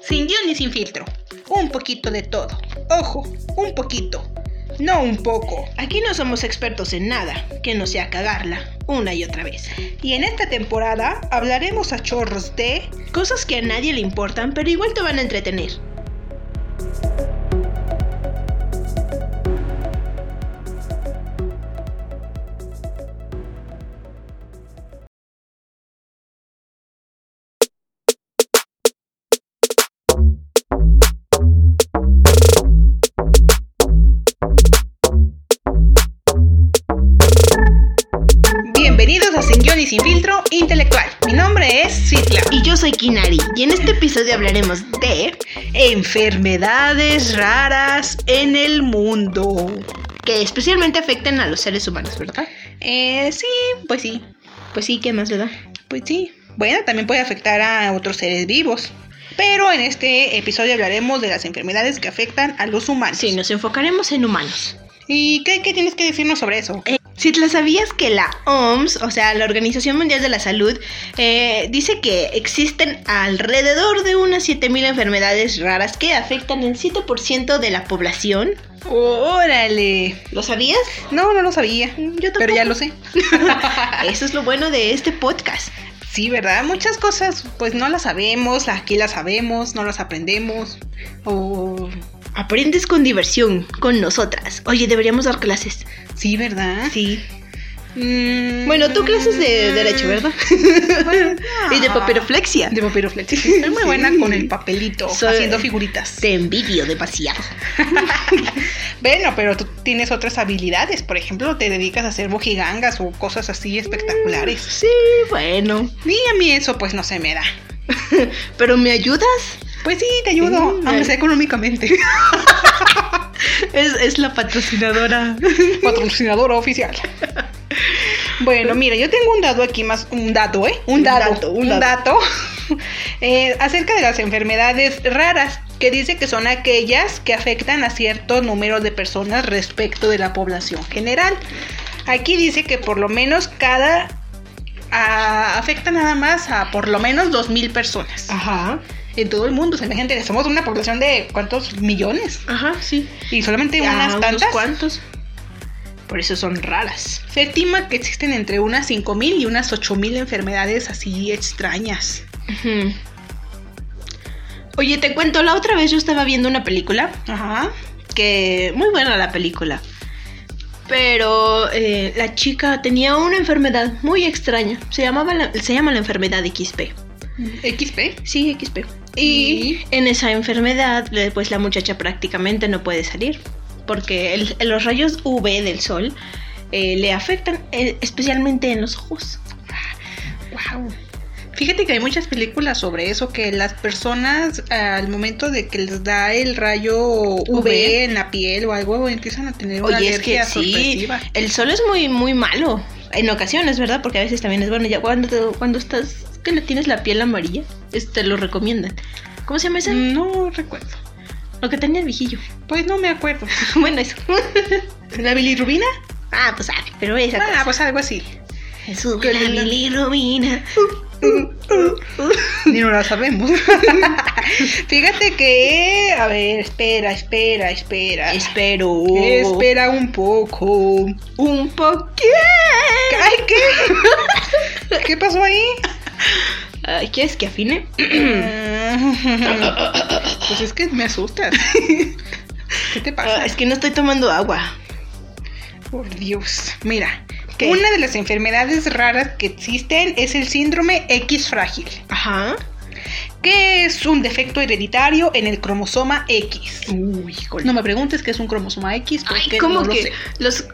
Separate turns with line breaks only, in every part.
Sin guión ni sin filtro. Un poquito de todo. Ojo, un poquito. No un poco. Aquí no somos expertos en nada que no sea cagarla una y otra vez. Y en esta temporada hablaremos a chorros de cosas que a nadie le importan, pero igual te van a entretener. Bienvenidos a Sin Guión y Sin Filtro Intelectual. Mi nombre es Citla.
Y yo soy Kinari y en este episodio hablaremos de
Enfermedades raras en el mundo.
que especialmente afectan a los seres humanos, ¿verdad?
Eh, sí, pues sí.
Pues sí, ¿qué más, verdad?
Pues sí. Bueno, también puede afectar a otros seres vivos. Pero en este episodio hablaremos de las enfermedades que afectan a los humanos.
Sí, nos enfocaremos en humanos.
¿Y qué, qué tienes que decirnos sobre eso?
Eh, si te la sabías que la OMS, o sea, la Organización Mundial de la Salud, eh, dice que existen alrededor de unas 7.000 enfermedades raras que afectan al 7% de la población.
¡Órale!
¿Lo sabías?
No, no lo sabía.
Mm, Yo
Pero ya lo sé.
Eso es lo bueno de este podcast.
Sí, ¿verdad? Muchas cosas, pues no las sabemos, aquí las sabemos, no las aprendemos. O.
Aprendes con diversión, con nosotras. Oye, deberíamos dar clases.
Sí, ¿verdad?
Sí.
Mm.
Bueno, tú clases de derecho, ¿verdad?
Bueno,
y de papiroflexia.
De papiroflexia. Soy muy
Sí.
buena con el papelito,
Soy-
haciendo figuritas.
Te este envidio demasiado.
Bueno, pero tú tienes otras habilidades. Por ejemplo, te dedicas a hacer bojigangas o cosas así espectaculares.
Sí, bueno.
Y a mí eso pues no se me da.
¿Pero me ayudas?
Pues sí, te ayudo,
Sí,
aunque
vale.
sea económicamente.
Es, es la patrocinadora.
Patrocinadora oficial. Bueno, mira, yo tengo un dato aquí más, un dato, ¿eh? Un
Un
dato,
dato,
un
un
dato, eh, acerca de las enfermedades raras, que dice que son aquellas que afectan a cierto número de personas respecto de la población general. Aquí dice que por lo menos cada a- afecta nada más a por lo menos 2.000 personas
Ajá.
en todo el mundo. O sea, imagínate, somos una población de cuántos millones
Ajá, sí.
y solamente
Ah,
unas
unos
tantas.
cuantos.
Por eso son raras. Se estima que existen entre unas 5.000 y unas 8.000 enfermedades así extrañas.
Ujú. Oye, te cuento, la otra vez yo estaba viendo una película
Ajá.
que muy buena la película. Pero eh, la chica tenía una enfermedad muy extraña. Se, llamaba la- se llama la enfermedad XP.
XP.
Sí, XP. Y
Sí.
en esa enfermedad, eh, pues la muchacha prácticamente no puede salir. Porque el- los rayos UV del sol eh, le afectan eh, especialmente en los ojos.
Wow. Fíjate que hay muchas películas sobre eso, que las personas al momento de que les da el rayo UV,
UV.
en la piel o algo, empiezan a tener una
Oye, es
alergia
que sí,
sorpresiva.
el sol es muy, muy malo. En ocasiones, ¿verdad? Porque a veces también es bueno. Ya cuando, te- cuando estás, que le tienes la piel amarilla, es- te lo recomiendan. ¿Cómo se llama ese?
No recuerdo.
Lo que tenía el viejillo.
Pues no me acuerdo.
bueno, eso.
¿La bilirrubina?
ah, pues sabe, pero esa
Ah,
cosa.
pues algo así.
Es una
qué lindo.
bilirrubina.
Ah. Ni no la sabemos. Fíjate que. A ver, espera, espera, espera.
Espero.
Espera un poco.
Un poquito.
Ay, ¿qué? ¿Qué pasó ahí?
Ay, Ah, ¿Quieres que afine?
pues es que me asustas. ¿Qué te
Ah,
pasa?
es que no estoy tomando agua.
Por Dios. Mira,
¿Qué?
una de las enfermedades raras que existen es el síndrome X frágil,
Ajá.
que es un defecto hereditario en el cromosoma X.
Uy, híjole.
No me preguntes qué es un cromosoma X, porque
Ay, ¿cómo
no lo
que
sé.
los,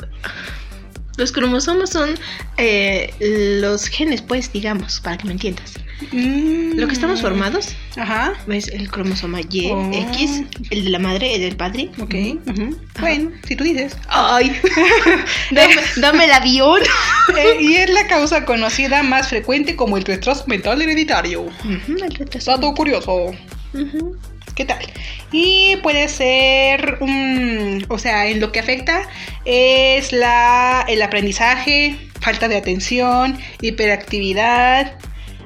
los cromosomas son eh, los genes, pues, digamos, para que me entiendas.
Mm.
Lo que estamos formados
Ajá.
es el cromosoma Y,
Oh.
X, el de la madre, el del padre.
Ok.
Ujú.
ujú. Bueno, si tú dices.
Ay, dame, dame el avión.
Eh, y es la causa conocida más frecuente como el retraso mental hereditario.
Ujú, el retraso.
Dato curioso.
Ujú.
¿Qué tal? Y puede ser, mm, o sea, en lo que afecta es la, el aprendizaje, falta de atención, hiperactividad,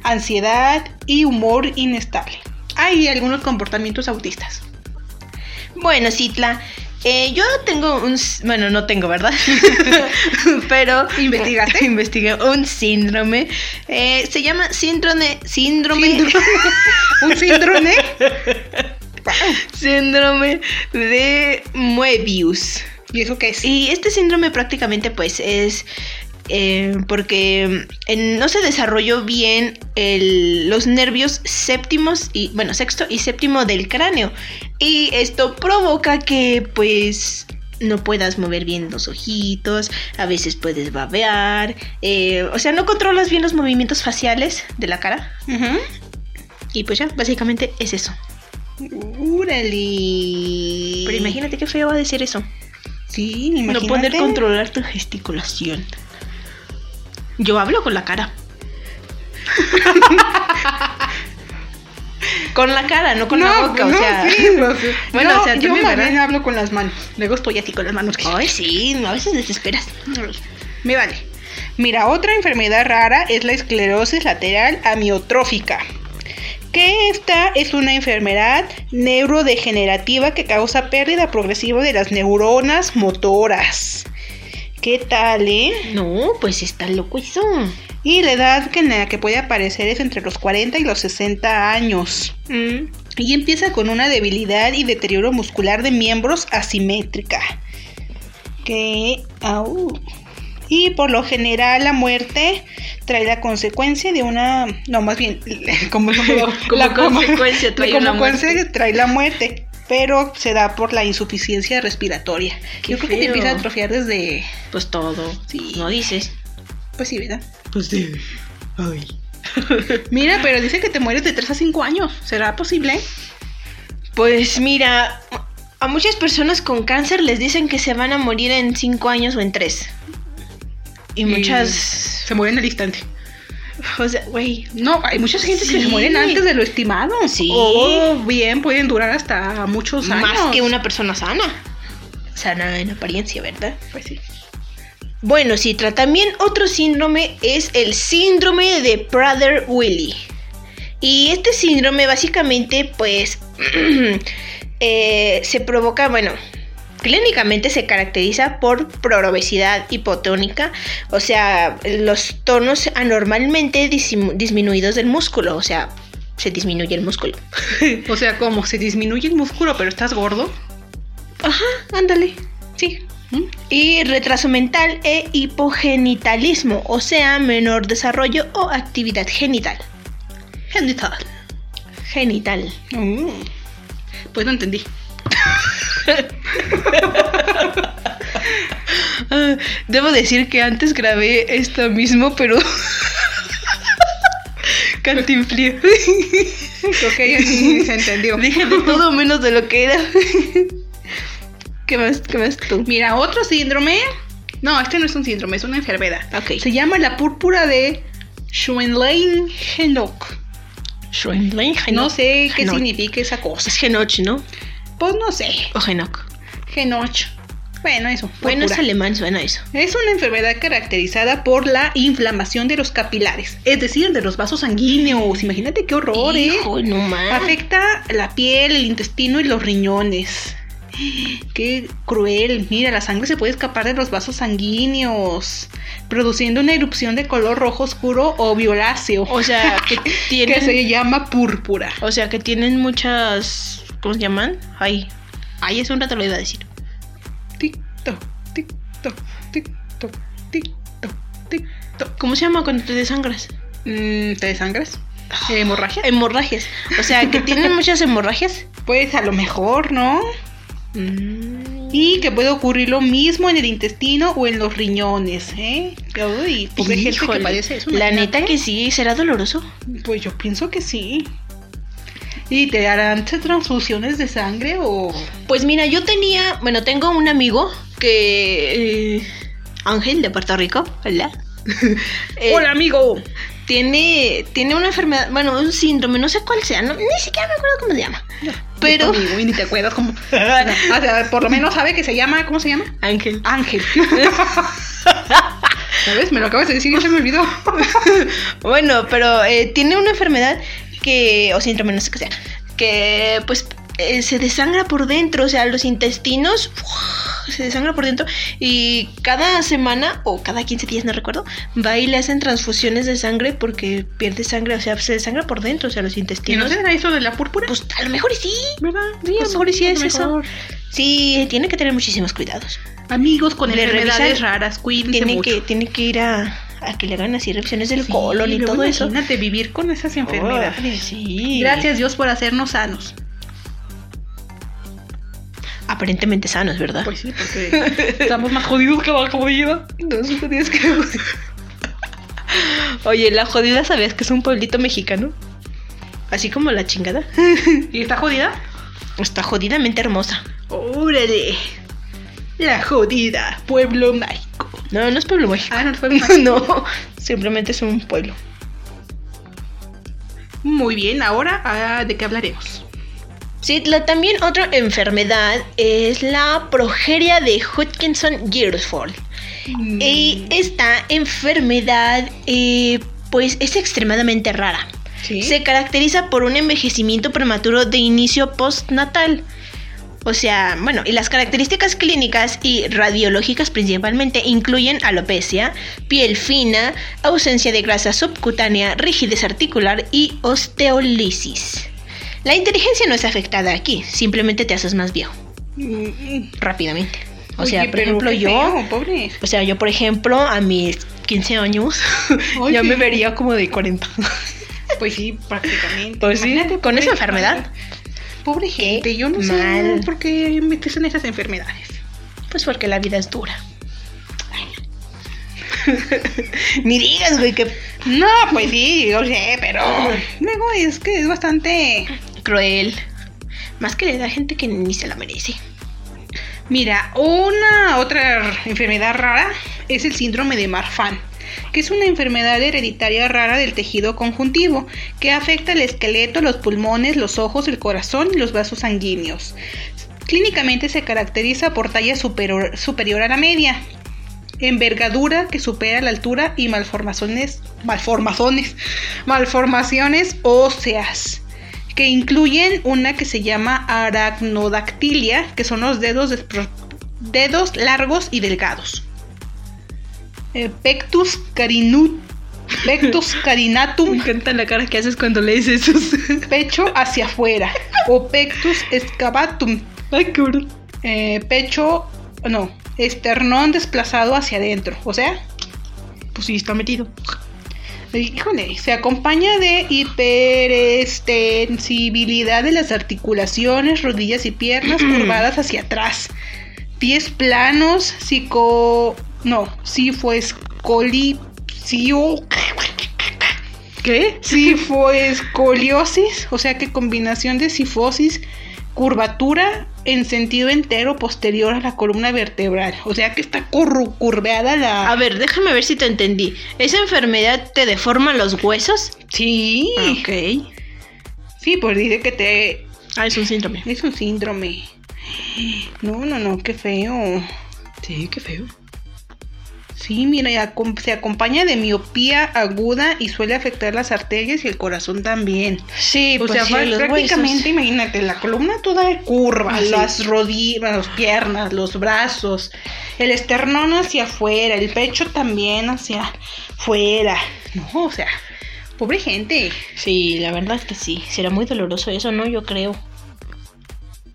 ansiedad y humor inestable. Hay algunos comportamientos autistas.
Bueno, Citla, eh, yo tengo un... s- Bueno, no tengo, ¿verdad? Pero...
¿Investigaste?
Investigué un síndrome. eh, se llama síndrome... Síndrome...
Un síndrome.
síndrome de Moebius.
¿Y eso qué es?
Y este síndrome prácticamente pues es eh, porque eh, no se desarrolló bien el- los nervios séptimos y bueno sexto y séptimo del cráneo y esto provoca que pues no puedas mover bien los ojitos, a veces puedes babear, eh, o sea, no controlas bien los movimientos faciales de la cara.
Ujú.
Y pues ya, básicamente es eso.
Úrale.
Pero imagínate qué feo va a decir eso.
Sí, imagínate.
No poder controlar tu gesticulación. Yo hablo con la cara. con la cara, no con la boca, o sea.
sí, o sea,
Bueno,
yo,
o sea,
yo
también,
más
¿verdad?
bien hablo con las manos. Luego estoy así con las manos.
Ay, sí, a veces desesperas.
Me vale. Mira, otra enfermedad rara es la esclerosis lateral amiotrófica. Que esta es una enfermedad neurodegenerativa que causa pérdida progresiva de las neuronas motoras. ¿Qué tal, eh?
No, pues está loco eso.
Y la edad que- en la que puede aparecer es entre los 40 y los 60 años.
Mm.
Y empieza con una debilidad y deterioro muscular de miembros asimétrica. Que. au. Y por lo general la muerte trae la consecuencia de una. No, más bien, como,
Como
la- como-
consecuencia trae
como
una muerte.
consecuencia trae la muerte. Pero se da por la insuficiencia respiratoria.
Qué
Yo creo que te
feo.
empieza a atrofiar desde.
Pues todo.
Sí.
No dices.
Pues sí, ¿verdad?
Pues sí.
Mira, pero dice que te mueres de 3 a 5 años. ¿Será posible?
Pues mira, a muchas personas con cáncer les dicen que se van a morir en 5 años o en 3. Y muchas.
Se mueren al instante.
O sea, güey.
No, hay muchas gente que
Sí.
se mueren antes de lo estimado.
Sí.
O bien pueden durar hasta muchos años.
Más que una persona sana. Sana en apariencia, ¿verdad?
Pues sí.
Bueno, Citra, también otro síndrome es el síndrome de Prader-Willi. Y este síndrome básicamente, pues, eh, se provoca, bueno, clínicamente se caracteriza por prorobesidad hipotónica, o sea, los tonos anormalmente disimu- disminuidos del músculo, o sea, se disminuye el músculo.
O sea, como se disminuye el músculo, pero estás gordo.
Ajá, ándale, sí.
¿Mm?
Y retraso mental e hipogenitalismo, o sea, menor desarrollo o actividad genital.
Genital.
Genital.
Mm. Pues no entendí.
Debo decir que antes grabé esto mismo, pero... Cantinflé.
Ok, así se entendió.
Dije de todo menos de lo que era. ¿Qué más? ¿Qué más tú?
Mira, otro síndrome. No, este no es un síndrome, es una enfermedad.
Ok.
Se llama la púrpura de Schoenlein-Genoch. No sé qué
Genoch.
significa esa cosa.
Es Genoch, ¿no?
Pues no sé.
O Genoch.
Genoch. Bueno, eso.
Bueno, es
púrpura.
alemán, suena eso.
Es una enfermedad caracterizada por la inflamación de los capilares, es decir, de los vasos sanguíneos. Imagínate qué horror, ¿eh?
Hijo, no más.
Afecta la piel, el intestino y los riñones. Qué cruel. Mira, la sangre se puede escapar de los vasos sanguíneos, produciendo una erupción de color rojo oscuro o violáceo,
O sea, que
que
tienen.
se llama púrpura.
O sea, que tienen muchas. ¿Cómo se llaman? Ay. Ay, hace un rato lo iba a decir.
Tic-toc, tic-toc, tic-toc, tic-toc, tic-toc.
¿Cómo se llama cuando te desangras?
Mm, ¿Te desangras? ¿Hemorragia?
Hemorragias. O sea, que tienen muchas hemorragias.
Pues a lo mejor, ¿no?
Y
Y que puede ocurrir lo mismo en el intestino o en los riñones, ¿eh? Uy, pobre gente que padece eso.
La
imagínate.
neta que sí, será doloroso.
Pues yo pienso que sí. ¿Y te harán transfusiones de sangre o...?
Pues mira, yo tenía. Bueno, tengo un amigo que. eh, Ángel de Puerto Rico. Hola. Eh,
amigo!
Tiene, tiene una enfermedad, bueno, un síndrome, no sé cuál sea, no- ni siquiera me acuerdo cómo se llama. Pero.
Conmigo, y ni te acuerdas como. O sea, por lo menos sabe que se llama. ¿Cómo se llama?
Ángel.
Ángel. ¿Sabes? Me lo acabas de decir y se me olvidó.
Bueno, pero eh, tiene una enfermedad que. o síndrome, no sé qué sea. Que pues eh, se desangra por dentro. O sea, los intestinos. ¡fua! se desangra por dentro. Y cada semana o cada 15 días, no recuerdo. Va y le hacen transfusiones de sangre porque pierde sangre. O sea, se desangra por dentro. O sea, los
¿Y no
intestinos.
será eso de la púrpura?
Pues a lo mejor y sí.
¿Verdad?
Sí, a lo
Pues,
mejor y sí
a lo
es eso.
mejor.
Sí, tiene que tener muchísimos cuidados.
Amigos con
Le
enfermedades
revisan-
raras, cuídense
Tiene
mucho.
que, tiene que ir a, a que le hagan así revisiones del
Sí,
colon y
luego
todo eso.
Imagínate vivir con esas enfermedades.
Ay, sí.
Gracias Dios por hacernos sanos.
Aparentemente sanos, ¿verdad?
Pues sí, porque estamos más jodidos que la jodida.
Oye, la jodida, ¿sabías que es un pueblito mexicano? Así como la chingada.
¿Y está jodida?
Está jodidamente hermosa.
Órale. La jodida, pueblo mágico.
No, no es pueblo mágico.
Ah, no, fue mágico.
no, simplemente es un pueblo.
Muy bien, ahora ah, de qué hablaremos.
Sí, la- también otra enfermedad es la progeria de Hutchinson-Gilford.
Mm.
Y
Eh,
esta enfermedad, eh, pues, es extremadamente rara.
Sí.
Se caracteriza por un envejecimiento prematuro de inicio postnatal. O sea, bueno, y las características clínicas y radiológicas principalmente incluyen alopecia, piel fina, ausencia de grasa subcutánea, rigidez articular y osteolisis. La inteligencia no es afectada aquí, simplemente te haces más viejo
Mm,
rápidamente. O
oye,
sea, por
pero
ejemplo,
qué
yo...
feo, pobre.
O sea, yo, por ejemplo, a mis 15 años,
Oye.
yo me vería como de 40.
Pues sí, prácticamente.
Pues sí,
Imagínate,
con esa
pobre-
enfermedad.
Pobre gente, yo no
mal.
sé por qué metes en esas enfermedades.
Pues porque la vida es dura. Ni digas, güey, que
No, pues sí, yo sé, pero luego es que es bastante...
cruel. Más que le da gente que ni se la merece.
Mira, una otra enfermedad rara es el síndrome de Marfan, que es una enfermedad hereditaria rara del tejido conjuntivo que afecta el esqueleto, los pulmones, los ojos, el corazón y los vasos sanguíneos. Clínicamente se caracteriza por talla superior, superior a la media, envergadura que supera la altura y malformaciones, malformaciones, malformaciones óseas que incluyen una que se llama aracnodactilia, que son los dedos, despro- dedos largos y delgados. Eh, pectus carinu- pectus carinatum,
encanta la cara que haces cuando lees esos.
pecho hacia afuera, o pectus excavatum,
Ay, cabrón.
eh, pecho, no, esternón desplazado hacia adentro, o sea,
Pues sí, está metido.
Híjole, se acompaña de hiperextensibilidad de las articulaciones, rodillas y piernas
Mm.
curvadas hacia atrás. Pies planos, psico. No, si fue
¿Qué?
o sea que combinación de sifosis, curvatura en sentido entero posterior a la columna vertebral. O sea que está curru- curveada la.
A ver, déjame ver si te entendí. ¿Esa enfermedad te deforma los huesos?
Sí,
Ah, Ok.
sí, pues dice que te
Ah, es un síndrome.
Es un síndrome. No, no, no, qué feo.
Sí, qué feo.
Sí, mira, y acom- se acompaña de miopía aguda y suele afectar las arterias y el corazón también.
pues Sí,
o sea, fue- prácticamente, imagínate, la columna toda de curva,
Ah, sí.
las rodillas, las piernas, los brazos, el esternón hacia afuera, el pecho también hacia afuera. No, o sea, pobre gente.
Sí, la verdad es que sí. Será muy doloroso eso, ¿no? Yo creo.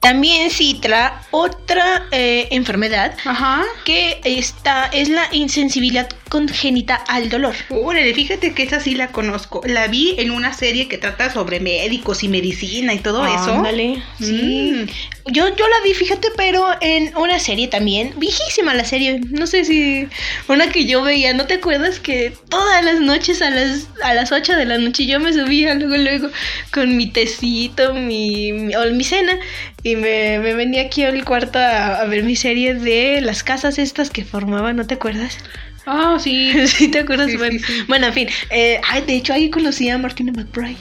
También citra otra eh, enfermedad
Ajá.
que está, es la insensibilidad congénita al dolor.
Órale, fíjate que esa sí la conozco. La vi en una serie que trata sobre médicos y medicina y todo eso.
Ándale. Sí.
Mm.
Yo, yo la vi, fíjate, pero en una serie también. Viejísima la serie. No sé si. Una que yo veía, ¿no te acuerdas que todas las noches a las, a las 8 de la noche yo me subía luego, luego, con mi tecito, mi, mi- o mi cena. Y me, me venía aquí al cuarto a, a ver mi serie de las casas estas que formaban, ¿no te acuerdas?
Ah, sí.
¿Sí te acuerdas?
Sí, sí,
bueno,
sí.
bueno, en fin. Eh, ay, de hecho, ahí conocí a Martina McBride.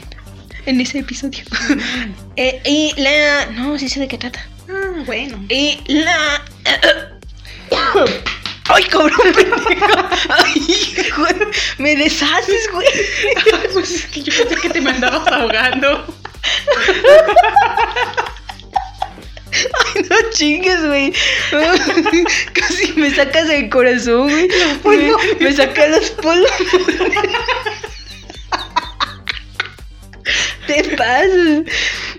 en ese episodio. Eh, y la... No, sí sé de qué trata.
Ah, bueno.
Y la... ¡Ay, cabrón, pendejo! ¡Ay, güey! ¡Me deshaces, güey!
pues es que yo pensé que te me andabas ahogando.
¡Ay, no chingues, güey! Casi me sacas el corazón, güey. Me, me sacas los pulmones. Te pasas.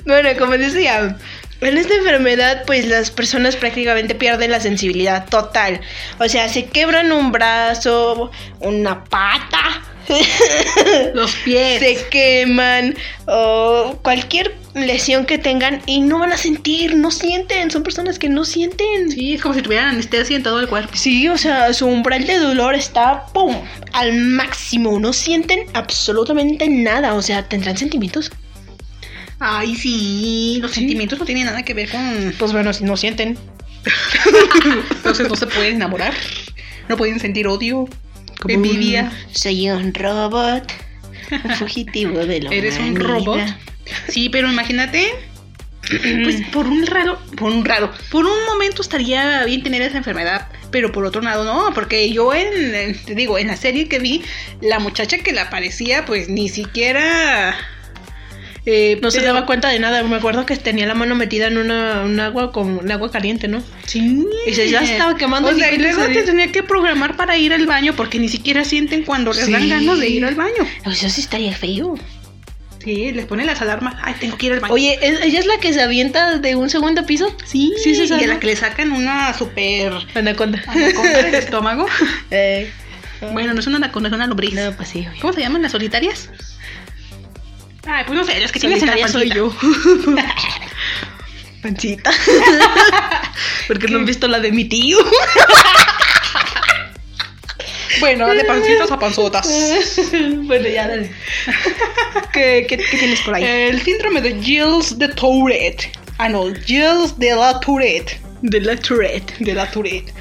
Bueno, como decía, en esta enfermedad, pues las personas prácticamente pierden la sensibilidad total. O sea, se quebran un brazo, una pata,
Los pies.
se queman o cualquier lesión que tengan y no van a sentir, no sienten. Son personas que no sienten.
Sí, es como si tuvieran anestesia en todo el cuerpo.
Sí, o sea, su umbral de dolor está, ¡pum!, al máximo. No sienten absolutamente nada. O sea, ¿tendrán sentimientos?
Ay, sí, los sentimientos no tienen nada que ver con...
Pues bueno, si no sienten.
Entonces no se pueden enamorar, no pueden sentir odio, envidia.
Soy un robot, un fugitivo de la
Eres un
humanidad. Eh,
robot. Sí, pero imagínate, pues por un raro, por un raro, por un momento estaría bien tener esa enfermedad, pero por otro lado no, porque yo en, en- te digo, en la serie que vi, la muchacha que la parecía, pues ni siquiera... eh,
No se
pero-
daba cuenta de nada. Me acuerdo que tenía la mano metida en una, un agua con un agua caliente, ¿no?
Sí.
Y se- ya estaba quemando
O
ni
sea, y
siquiera
luego
se-
te tenía que programar para ir al baño porque ni siquiera sienten cuando les dan
Sí.
ganas de ir al baño.
Eso sí estaría feo.
Sí, les ponen las alarmas. Ay, tengo que ir al baño.
Oye, ¿es- ¿ella es la que se avienta de un segundo piso?
sí,
sí, se
y
sabe.
a la que le sacan una super
Anaconda.
anaconda del estómago.
Eh,
Bueno, no es una anaconda, es una lombriz.
no, pues sí, obvio.
¿Cómo se llaman las solitarias? Ay, pues no sé, las que tienes en la
Solitaria soy
pancita.
yo. Pancita. Porque no han visto la de mi tío.
Bueno, de pancitas a panzotas.
bueno, ya dale. ¿Qué, qué, qué tienes por ahí?
El síndrome de Gilles de Tourette. Ah, no, Gilles de la Tourette.
de la Tourette.
De la Tourette.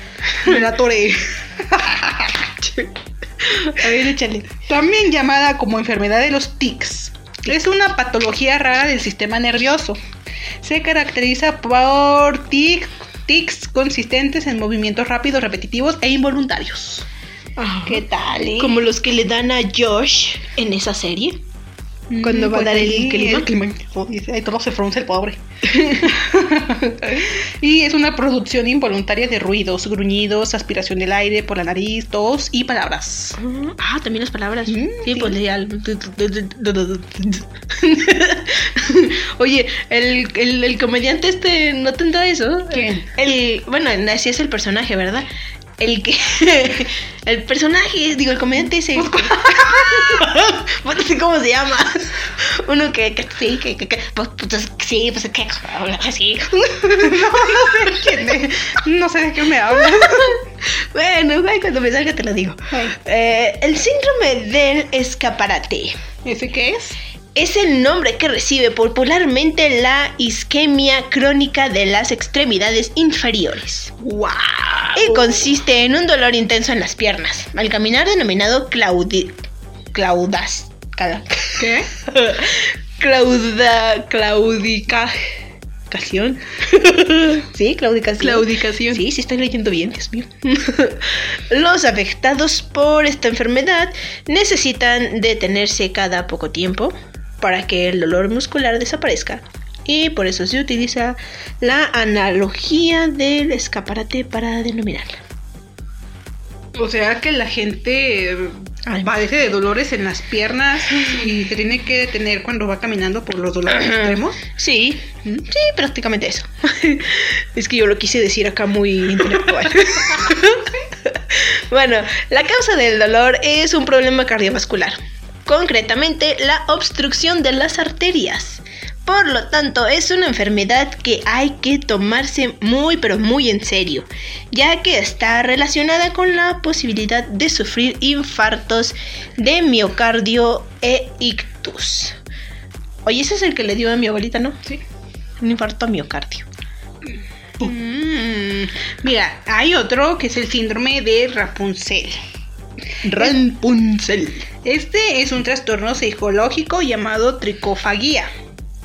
De la Tourette.
A ver, échale.
También llamada como enfermedad de los tics. Es una patología rara del sistema nervioso. Se caracteriza por tic- tics consistentes en movimientos rápidos, repetitivos e involuntarios. ¿Qué tal? eh?
Como los que le dan a Josh en esa serie.
Mm,
cuando va a
pues
dar el
sí,
clima.
Dice, "Ay, todo se frunce el pobre. y es una producción involuntaria de ruidos, gruñidos, aspiración del aire por la nariz, tos y palabras.
Ah, también las palabras.
Mm,
sí,
sí.
pues ya. Oye, el, el, el comediante este no tendrá eso.
¿Quién?
El, bueno, así es el personaje, ¿verdad? El que. El personaje, digo, el comediante ese. Pues, no sé cómo se llama. Uno que. que sí, que. que, que pues, pues, sí, pues que. Así.
¿Quién es? No sé de qué me hablas.
Bueno, güey, cuando me salga te lo digo.
Ay.
Eh, el síndrome del escaparate.
¿Ese qué es?
Es el nombre que recibe popularmente la isquemia crónica de las extremidades inferiores.
¡Wow! Ah, uh.
Y consiste en un dolor intenso en las piernas, al caminar denominado claudi... claudas... cala-
¿Qué?
clauda... claudicación. sí, claudicación.
Claudicación.
Sí, sí estoy leyendo bien, Dios mío. Los afectados por esta enfermedad necesitan detenerse cada poco tiempo para que el dolor muscular desaparezca. Y por eso se utiliza la analogía del escaparate para denominarla.
O sea que la gente eh,
Ay.
padece de dolores en las piernas y se tiene que detener cuando va caminando por los dolores extremos.
Sí, sí, prácticamente eso. es que yo lo quise decir acá muy intelectual. bueno, la causa del dolor es un problema cardiovascular, concretamente la obstrucción de las arterias. Por lo tanto, es una enfermedad que hay que tomarse muy pero muy en serio, ya que está relacionada con la posibilidad de sufrir infartos de miocardio e ictus. Oye, ese es el que le dio a mi abuelita, ¿no?
Sí.
Un infarto a miocardio.
Mm, Mira, hay otro que es el síndrome de Rapunzel. Rapunzel. Este es un trastorno psicológico llamado tricofagia.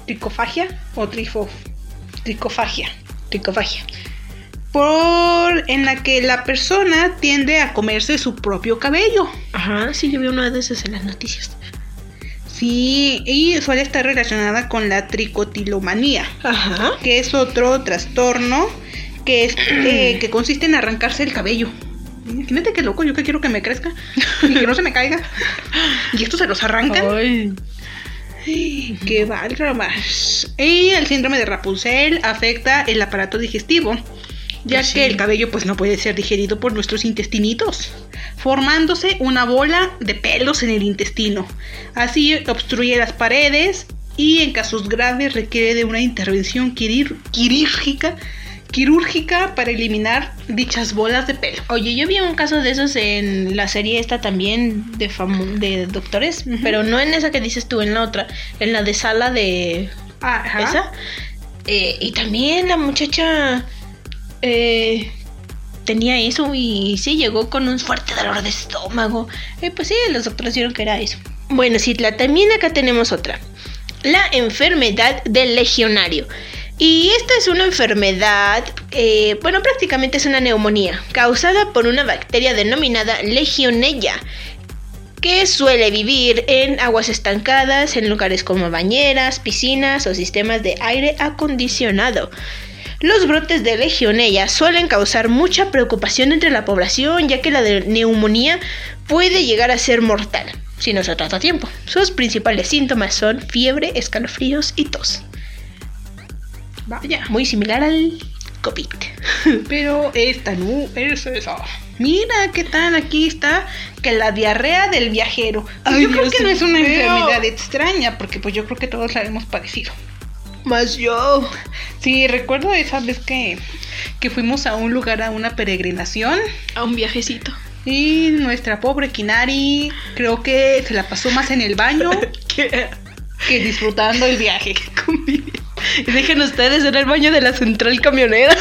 ¿Tricofagia o trifof? Tricofagia. Tricofagia. Por, en la que la persona tiende a comerse su propio cabello.
Ajá, sí, yo vi una de esas en las noticias.
Sí, y suele estar relacionada con la tricotilomanía,
Ajá.
que es otro trastorno que, es, eh, que consiste en arrancarse el cabello. Imagínate qué loco, yo que quiero que me crezca y que no se me caiga. Y estos se los arrancan.
Ay.
Qué bárbaro más. Y el síndrome de Rapunzel afecta el aparato digestivo, ya
Pues sí.
que el cabello pues no puede ser digerido por nuestros intestinitos, formándose una bola de pelos en el intestino. Así obstruye las paredes y en casos graves requiere de una intervención quirúr- quirúrgica quirúrgica para eliminar dichas bolas de pelo.
Oye, yo vi un caso de esos en la serie esta también de famu- de doctores, pero no en esa que dices tú, en la otra, en la de sala de
Ajá.
esa. Eh, y también la muchacha eh, tenía eso y sí llegó con un fuerte dolor de estómago. Y pues sí, los doctores dijeron que era eso. Bueno, Citla, también acá tenemos otra. La enfermedad del legionario. Y esta es una enfermedad, eh, bueno, prácticamente es una neumonía, causada por una bacteria denominada Legionella, que suele vivir en aguas estancadas, en lugares como bañeras, piscinas o sistemas de aire acondicionado. Los brotes de legionella suelen causar mucha preocupación entre la población, ya que la de- neumonía puede llegar a ser mortal si no se trata a tiempo. Sus principales síntomas son fiebre, escalofríos y tos,
Vaya.
muy similar al COVID.
Pero esta no es esa. Mira qué tal aquí está que la diarrea del viajero. Pues
Ay,
yo creo
Dios
que no es una
mío.
enfermedad extraña, porque pues yo creo que todos la hemos padecido.
Más yo.
Sí, recuerdo esa vez que, que fuimos a un lugar a una peregrinación
A un viajecito.
y nuestra pobre Kinari creo que se la pasó más en el baño
¿Qué?
que disfrutando el viaje.
Dejen ustedes en el baño de la central camionera.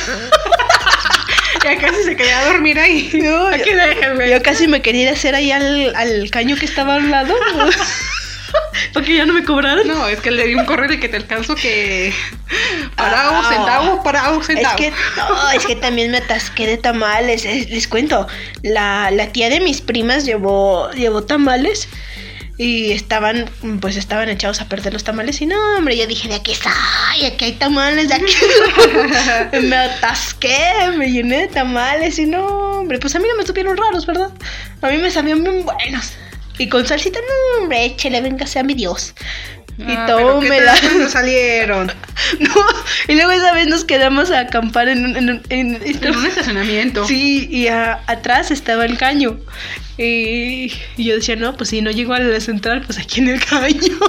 Ya casi se quedó a dormir ahí. Aquí déjenme.
Yo casi me quería ir a hacer ahí al, al caño que estaba al lado. Porque ya no me cobraron.
No, es que le di un correo de que te alcanzo que... Parao,
Ah.
centavo, parao,
Es
centavo.
que, no, es que también me atasqué de tamales. Es- les cuento, la, la tía de mis primas llevó, llevó tamales y estaban, pues estaban echados a perder los tamales. Y no, hombre, yo dije, de aquí soy, aquí hay tamales, de aquí soy". Me atasqué, me llené de tamales y no, hombre, pues a mí no me supieron raros, ¿verdad? A mí me sabían bien buenos. Y con salsita, no, hombre, échele, venga, sea mi Dios. Y
Ah, pero ¿qué
tómela.
tal cuando salieron?
No, y luego esa vez nos quedamos a acampar en un... En un- en-
En un estacionamiento.
Sí, y a- atrás estaba el caño. Y, y yo decía, no, pues si no llego a la central, pues aquí en el caño.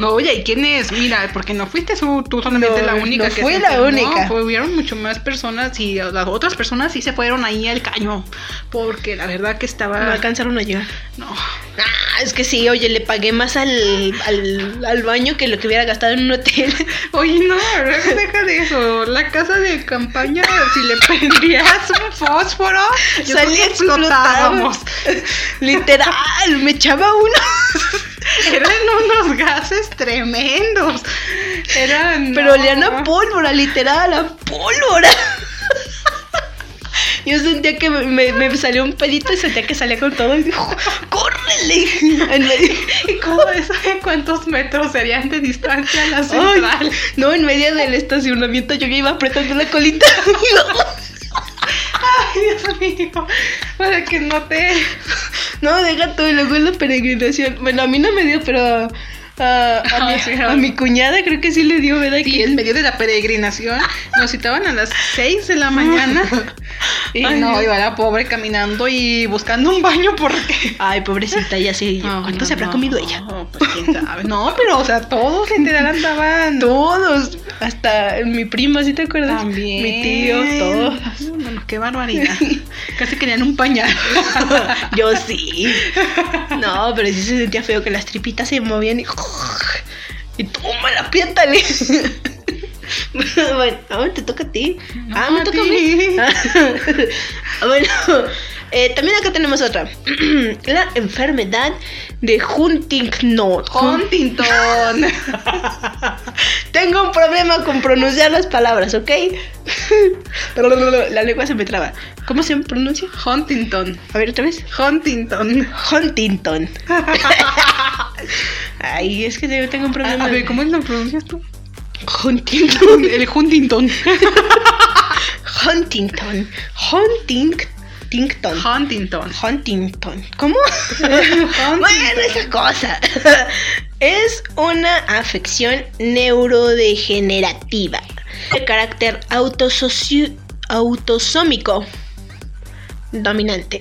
No, oye, ¿y quién es? Mira, porque no fuiste su- tú solamente
No,
la única
no
que
fui
se
la
enfermó,
única.
fue- Hubieron mucho más personas y las otras personas sí se fueron ahí al caño. Porque la verdad que estaba.
No alcanzaron a llegar.
No.
Ah, es que sí, oye, le pagué más al, al, al baño que lo que hubiera gastado en un hotel.
Oye, no, la verdad que deja de eso. La casa de campaña, si le prendías un fósforo, yo creo
Salí
que
a explotar.
explotábamos.
Literal, me echaba uno.
Eran unos gases tremendos. Eran.
Pero olían a
no.
pólvora, literal, a pólvora. Yo sentía que me, me- me salió un pedito y sentía que salía con todo y dijo, ¡córrele! En medio-
¿Y cómo sabe cuántos metros serían de distancia a la
Ay,
central?
no, en medio del estacionamiento yo ya iba apretando la colita.
Ay, Dios mío, para que no te...
No, deja todo y luego en la peregrinación. Bueno, a mí no me dio, pero a, a- a
Ah,
mi,
sí,
a
ah.
mi cuñada creo que sí le dio, ¿verdad?
Y
Que-
en medio de la peregrinación nos citaban a las 6 de la mañana. Y
Mm. Ay,
no,
Dios.
iba la pobre caminando y buscando un baño porque...
Ay, pobrecita, ya sé.
No,
¿Cuánto
no,
se habrá
no,
comido ella?
No, pues quién sabe. No, pero, o sea, todos literal andaban...
Todos, hasta mi prima, ¿sí te acuerdas?
También.
Mi tío, todos.
No, no, qué barbaridad. Casi querían un pañal.
Yo sí. No, pero sí se sentía feo que las tripitas se movían y. Y toma la piéntale. Bueno, ahora te toca a ti.
No,
ah, me
a
toca a
ti.
mí. Ah, bueno, Eh, también acá tenemos otra. la enfermedad de Huntington.
Huntington.
Tengo un problema con pronunciar las palabras, ¿ok? la lengua se me traba. ¿Cómo se pronuncia?
Huntington.
A ver, otra vez.
Huntington.
Huntington. Ay, es que yo tengo un
A,
problema.
a ver, ¿cómo lo pronuncias tú?
Huntington.
El Huntington.
Huntington. Huntington.
Huntington.
Huntington. ¿Cómo?
Huntington.
Bueno, esa cosa. Es una afección neurodegenerativa de carácter autosocio- autosómico dominante.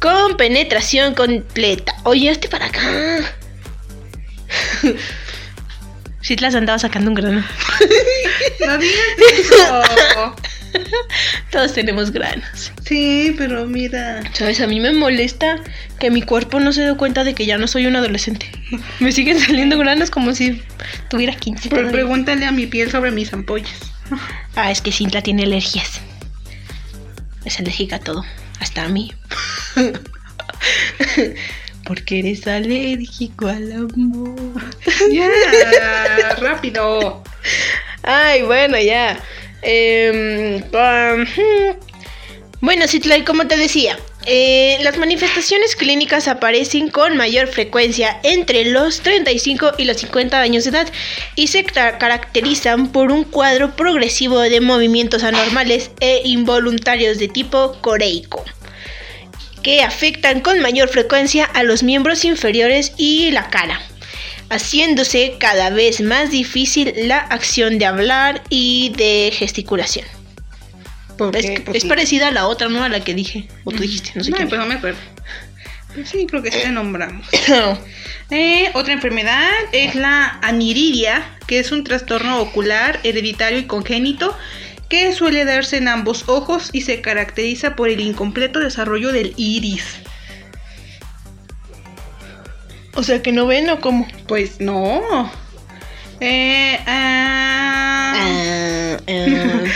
Con penetración completa. Oye, este para acá. Si te las andaba sacando un grano.
No digas eso.
Todos tenemos granos.
Sí, pero mira.
Sabes, a mí me molesta que mi cuerpo no se dé cuenta de que ya no soy un adolescente. Me siguen saliendo granos como si tuviera 15.
Pero
todavía.
pregúntale a mi piel sobre mis ampollas.
Ah, es que Cintia tiene alergias. Es alérgica a todo, hasta a mí. Porque eres alérgico al amor.
Ya, rápido.
Ay, bueno, ya. Em, pam, hmm. bueno, Citlay, como te decía, eh, las manifestaciones clínicas aparecen con mayor frecuencia entre los 35 y los 50 años de edad y se ca- caracterizan por un cuadro progresivo de movimientos anormales e involuntarios de tipo coreico que afectan con mayor frecuencia a los miembros inferiores y la cara haciéndose cada vez más difícil la acción de hablar y de gesticulación.
Porque,
es es parecida a la otra, ¿no? A la que dije. O tú dijiste, no sé qué.
pues no me acuerdo. Sí, creo que sí la nombramos. Eh, otra enfermedad es la aniridia, que es un trastorno ocular hereditario y congénito que suele darse en ambos ojos y se caracteriza por el incompleto desarrollo del iris.
o sea, que no ven o cómo.
Pues no. Eh, ah,
ah,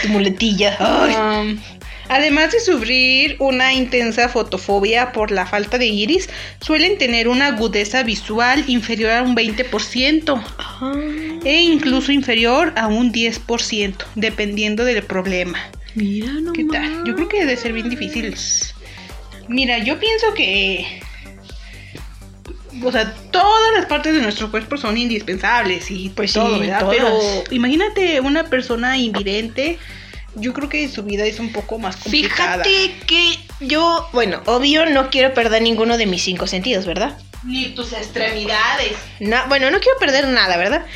tu muletilla.
um, además de sufrir una intensa fotofobia por la falta de iris, suelen tener una agudeza visual inferior a un 20%. e incluso inferior a un 10%, dependiendo del problema.
Mira, no.
¿Qué tal? Yo creo que debe ser bien difícil. Mira, yo pienso que... O sea, todas las partes de nuestro cuerpo son indispensables y
Pues
pues
sí,
todo, ¿verdad?
todas.
Pero imagínate una persona invidente, yo creo que su vida es un poco más complicada.
Fíjate que yo, bueno, obvio no quiero perder ninguno de mis cinco sentidos, ¿verdad?
Ni tus extremidades.
Na- bueno, no quiero perder nada, ¿verdad?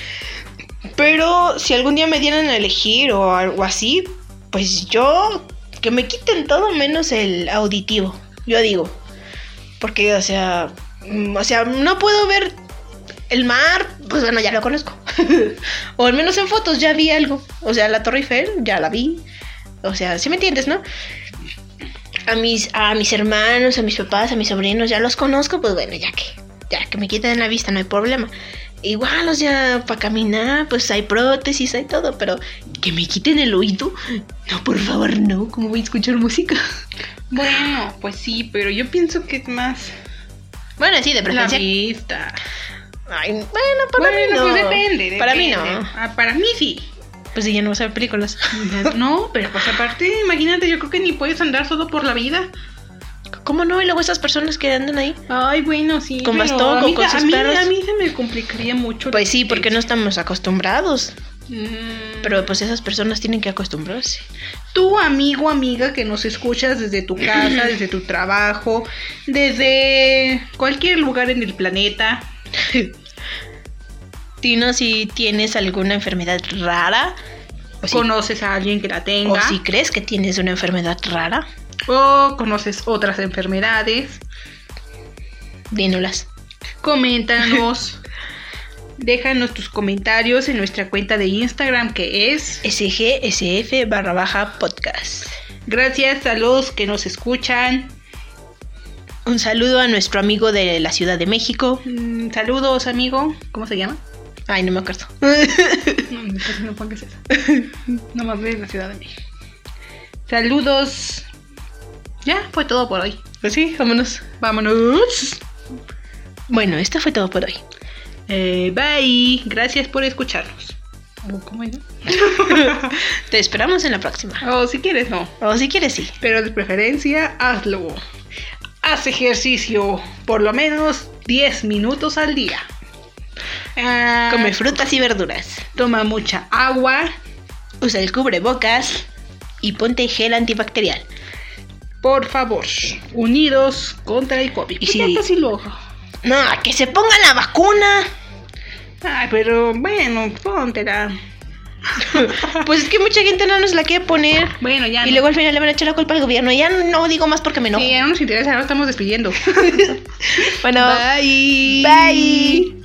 Pero si algún día me dieran a elegir o algo así, pues yo que me quiten todo menos el auditivo, yo digo. Porque, o sea, mm, o sea, no puedo ver el mar, pues bueno, ya lo conozco. o al menos en fotos ya vi algo. O sea, la Torre Eiffel ya la vi. O sea, si me entiendes, ¿no? A mis, a mis hermanos, a mis papás, a mis sobrinos, ya los conozco, pues bueno, ya que, ya que me quiten la vista, no hay problema. Igual, o sea, para caminar, pues hay prótesis, hay todo, pero que me quiten el oído, no, por favor, no, ¿cómo voy a escuchar música?
Bueno, pues sí, pero yo pienso que es más
Bueno, sí, de
la
preferencia.
vista.
Ay, bueno, para mí
bueno,
no.
pues depende.
Para mí
depende.
no.
Ah, para mí sí.
Pues ya no vas a ver películas.
No, pero pues aparte, imagínate, yo creo que ni puedes andar solo por la vida.
¿Cómo no? Y luego esas personas que andan ahí.
Ay, bueno, sí.
Con
pero
bastón,
a
con-
mí-
con
a
sus
mí-
perros.
A mí se me complicaría mucho.
Pues sí, porque no estamos acostumbrados.
Mm.
Pero pues esas personas tienen que acostumbrarse.
Tú, amigo, amiga, que nos escuchas desde tu casa, desde tu trabajo, desde cualquier lugar en el planeta.
Tino, si tienes alguna enfermedad rara, o si,
conoces a alguien que la tenga.
o si crees que tienes una enfermedad rara,
o conoces otras enfermedades.
dínolas.
Coméntanos. Déjanos tus comentarios en nuestra cuenta de Instagram que es
SGSF barra baja podcast.
Gracias a los que nos escuchan.
Un saludo a nuestro amigo de la Ciudad de México.
Mm, saludos, amigo. ¿Cómo se llama?
Ay, no me acuerdo.
No, pues no pongas eso. Nomás de la Ciudad de México. Saludos.
Ya, fue todo por hoy.
Pues sí, vámonos. Vámonos.
Bueno, esto fue todo por hoy.
Eh, bye. Gracias por escucharnos. Oh, ¿Cómo era?
Te esperamos en la próxima.
O Oh, si quieres, no.
O si quieres, sí.
Pero de preferencia, hazlo. Haz ejercicio por lo menos 10 minutos al día. Ah,
Come frutas y verduras.
Toma mucha agua.
Usa el cubrebocas y ponte gel antibacterial.
Por favor, unidos contra el COVID.
Y
Pues
si-
ya casi lo-
No, a que se ponga la vacuna.
Ay, pero bueno, póntela.
Pues es que mucha gente no nos la quiere poner.
Bueno, ya.
Y
no.
luego al final le van a echar la culpa al gobierno. Ya no digo más porque me enojo.
Sí, ya no nos interesa, ahora estamos despidiendo.
Bueno,
Bye.
bye.